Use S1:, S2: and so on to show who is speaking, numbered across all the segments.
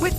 S1: With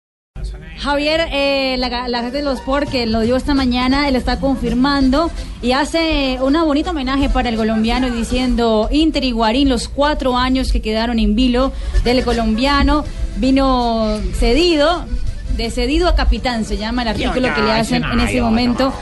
S2: Javier, eh, la, la gente de los porque lo dio esta mañana, él está confirmando y hace una bonita homenaje para el colombiano diciendo Inter y Guarín, los cuatro años que quedaron en vilo del colombiano, vino cedido, de cedido a capitán se llama el artículo que le hacen en ese momento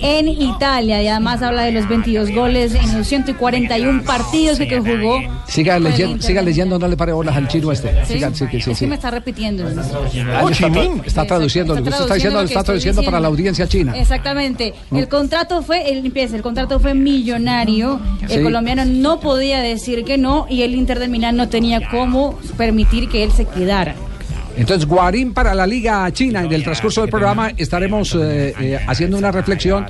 S2: en Italia y además habla de los 22 goles en los 141 partidos que, que jugó.
S3: Siga
S2: con el
S3: leyendo,
S2: Inter
S3: siga
S2: de
S3: leyendo, no le pare bolas al chino este.
S2: ¿Sí?
S3: Siga, sí, que sí,
S2: Es que
S3: sí.
S2: me está repitiendo.
S3: Ah, le está, tra- está traduciendo, lo que usted está diciendo
S2: lo
S3: lo
S2: que
S3: está
S2: estoy
S3: traduciendo para la audiencia china.
S2: Exactamente. El contrato fue, él empieza, el contrato fue millonario.
S3: Sí.
S2: El colombiano no podía decir que no y el Inter de Milán no tenía cómo permitir que él se quedara.
S3: Entonces, Guarín para la Liga China. En el transcurso del programa estaremos eh, eh, haciendo una reflexión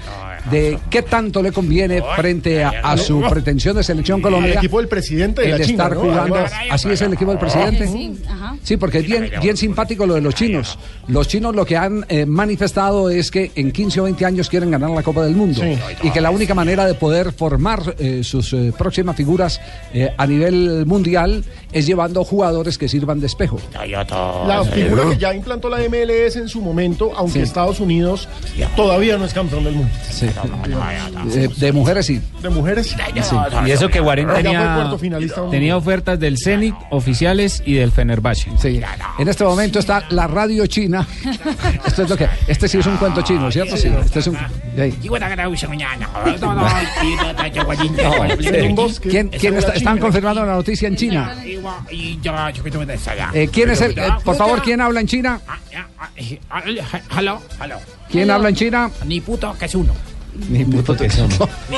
S3: de qué tanto le conviene frente a, a su pretensión de selección
S4: El
S3: colombiana
S4: equipo del presidente de
S3: el
S4: la China,
S3: estar
S4: ¿no?
S3: jugando.
S4: Además,
S3: Así es el equipo del presidente.
S2: Sí, ajá.
S3: Sí, porque es bien, bien simpático lo de los chinos. Los chinos lo que han eh, manifestado es que en 15 o 20 años quieren ganar la Copa del Mundo y que la única manera de poder formar eh, sus eh, próximas figuras eh, a nivel mundial es llevando jugadores que sirvan de espejo.
S5: Ah,
S4: La figura que ya implantó la MLS en su momento, aunque
S3: Sí.
S4: Estados Unidos todavía no es campeón del mundo.
S3: Eh, de mujeres sí.
S4: De mujeres,
S5: Y eso que Guarín
S4: ya fue
S5: tenía,
S4: cuarto finalista. un-
S5: tenía ofertas del Zenit, oficiales y del Fenerbahce.
S3: Sí. En este momento está la radio china. Esto es lo que, este sí es un cuento chino, ¿cierto? Sí. Este es un, sí.
S4: En un bosque.
S3: ¿Quién, quién
S4: Esa
S3: está-
S4: era China.
S3: están confirmando la noticia en China? Eh, ¿Quién es el, eh, por favor, quién habla en China?
S5: Hello, hello.
S3: ¿Quién habla en China?
S5: Ni puto que es uno.
S3: Ni puto que
S5: Ni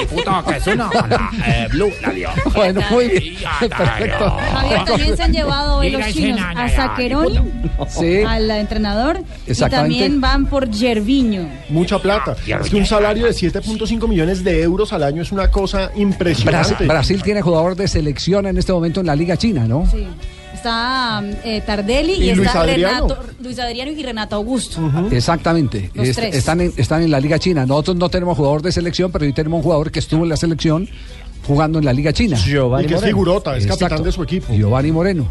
S5: puto que es uno. Hola, eh, Blue, la dio.
S3: Bueno, muy bien. Perfecto.
S2: Javier, también se han llevado hoy los chinos a Saquerón,
S3: Sí.
S2: al entrenador, y
S3: Exactamente.
S2: también van por Gervinho.
S4: Mucha plata. Es que un salario de 7.5 millones de euros al año es una cosa
S3: Brasil,
S4: impresionante.
S3: Brasil tiene jugador de selección en este momento en la Liga China, ¿no?
S2: Sí. Está eh, Tardelli y,
S4: Y Luis
S2: está
S4: Adriano.
S2: Renato, Luis Adriano y Renato Augusto.
S3: Exactamente.
S2: Los
S3: Est-
S2: tres.
S3: están, en, están en la Liga China. Nosotros no tenemos jugador de selección, pero sí tenemos un jugador que estuvo en la selección jugando en la Liga China.
S4: Y que es figurota, es capitán
S3: Exacto.
S4: de su equipo.
S3: Giovanni Moreno.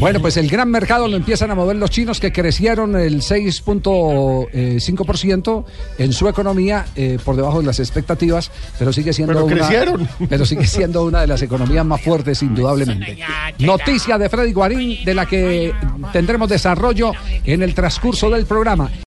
S3: Bueno, pues el gran mercado lo empiezan a mover los chinos que crecieron el 6.5% en su economía eh, por debajo de las expectativas, pero sigue siendo
S4: Pero
S3: una,
S4: crecieron.
S3: pero sigue siendo una de las economías más fuertes indudablemente. Noticia de Freddy Guarín de la que tendremos desarrollo en el transcurso del programa.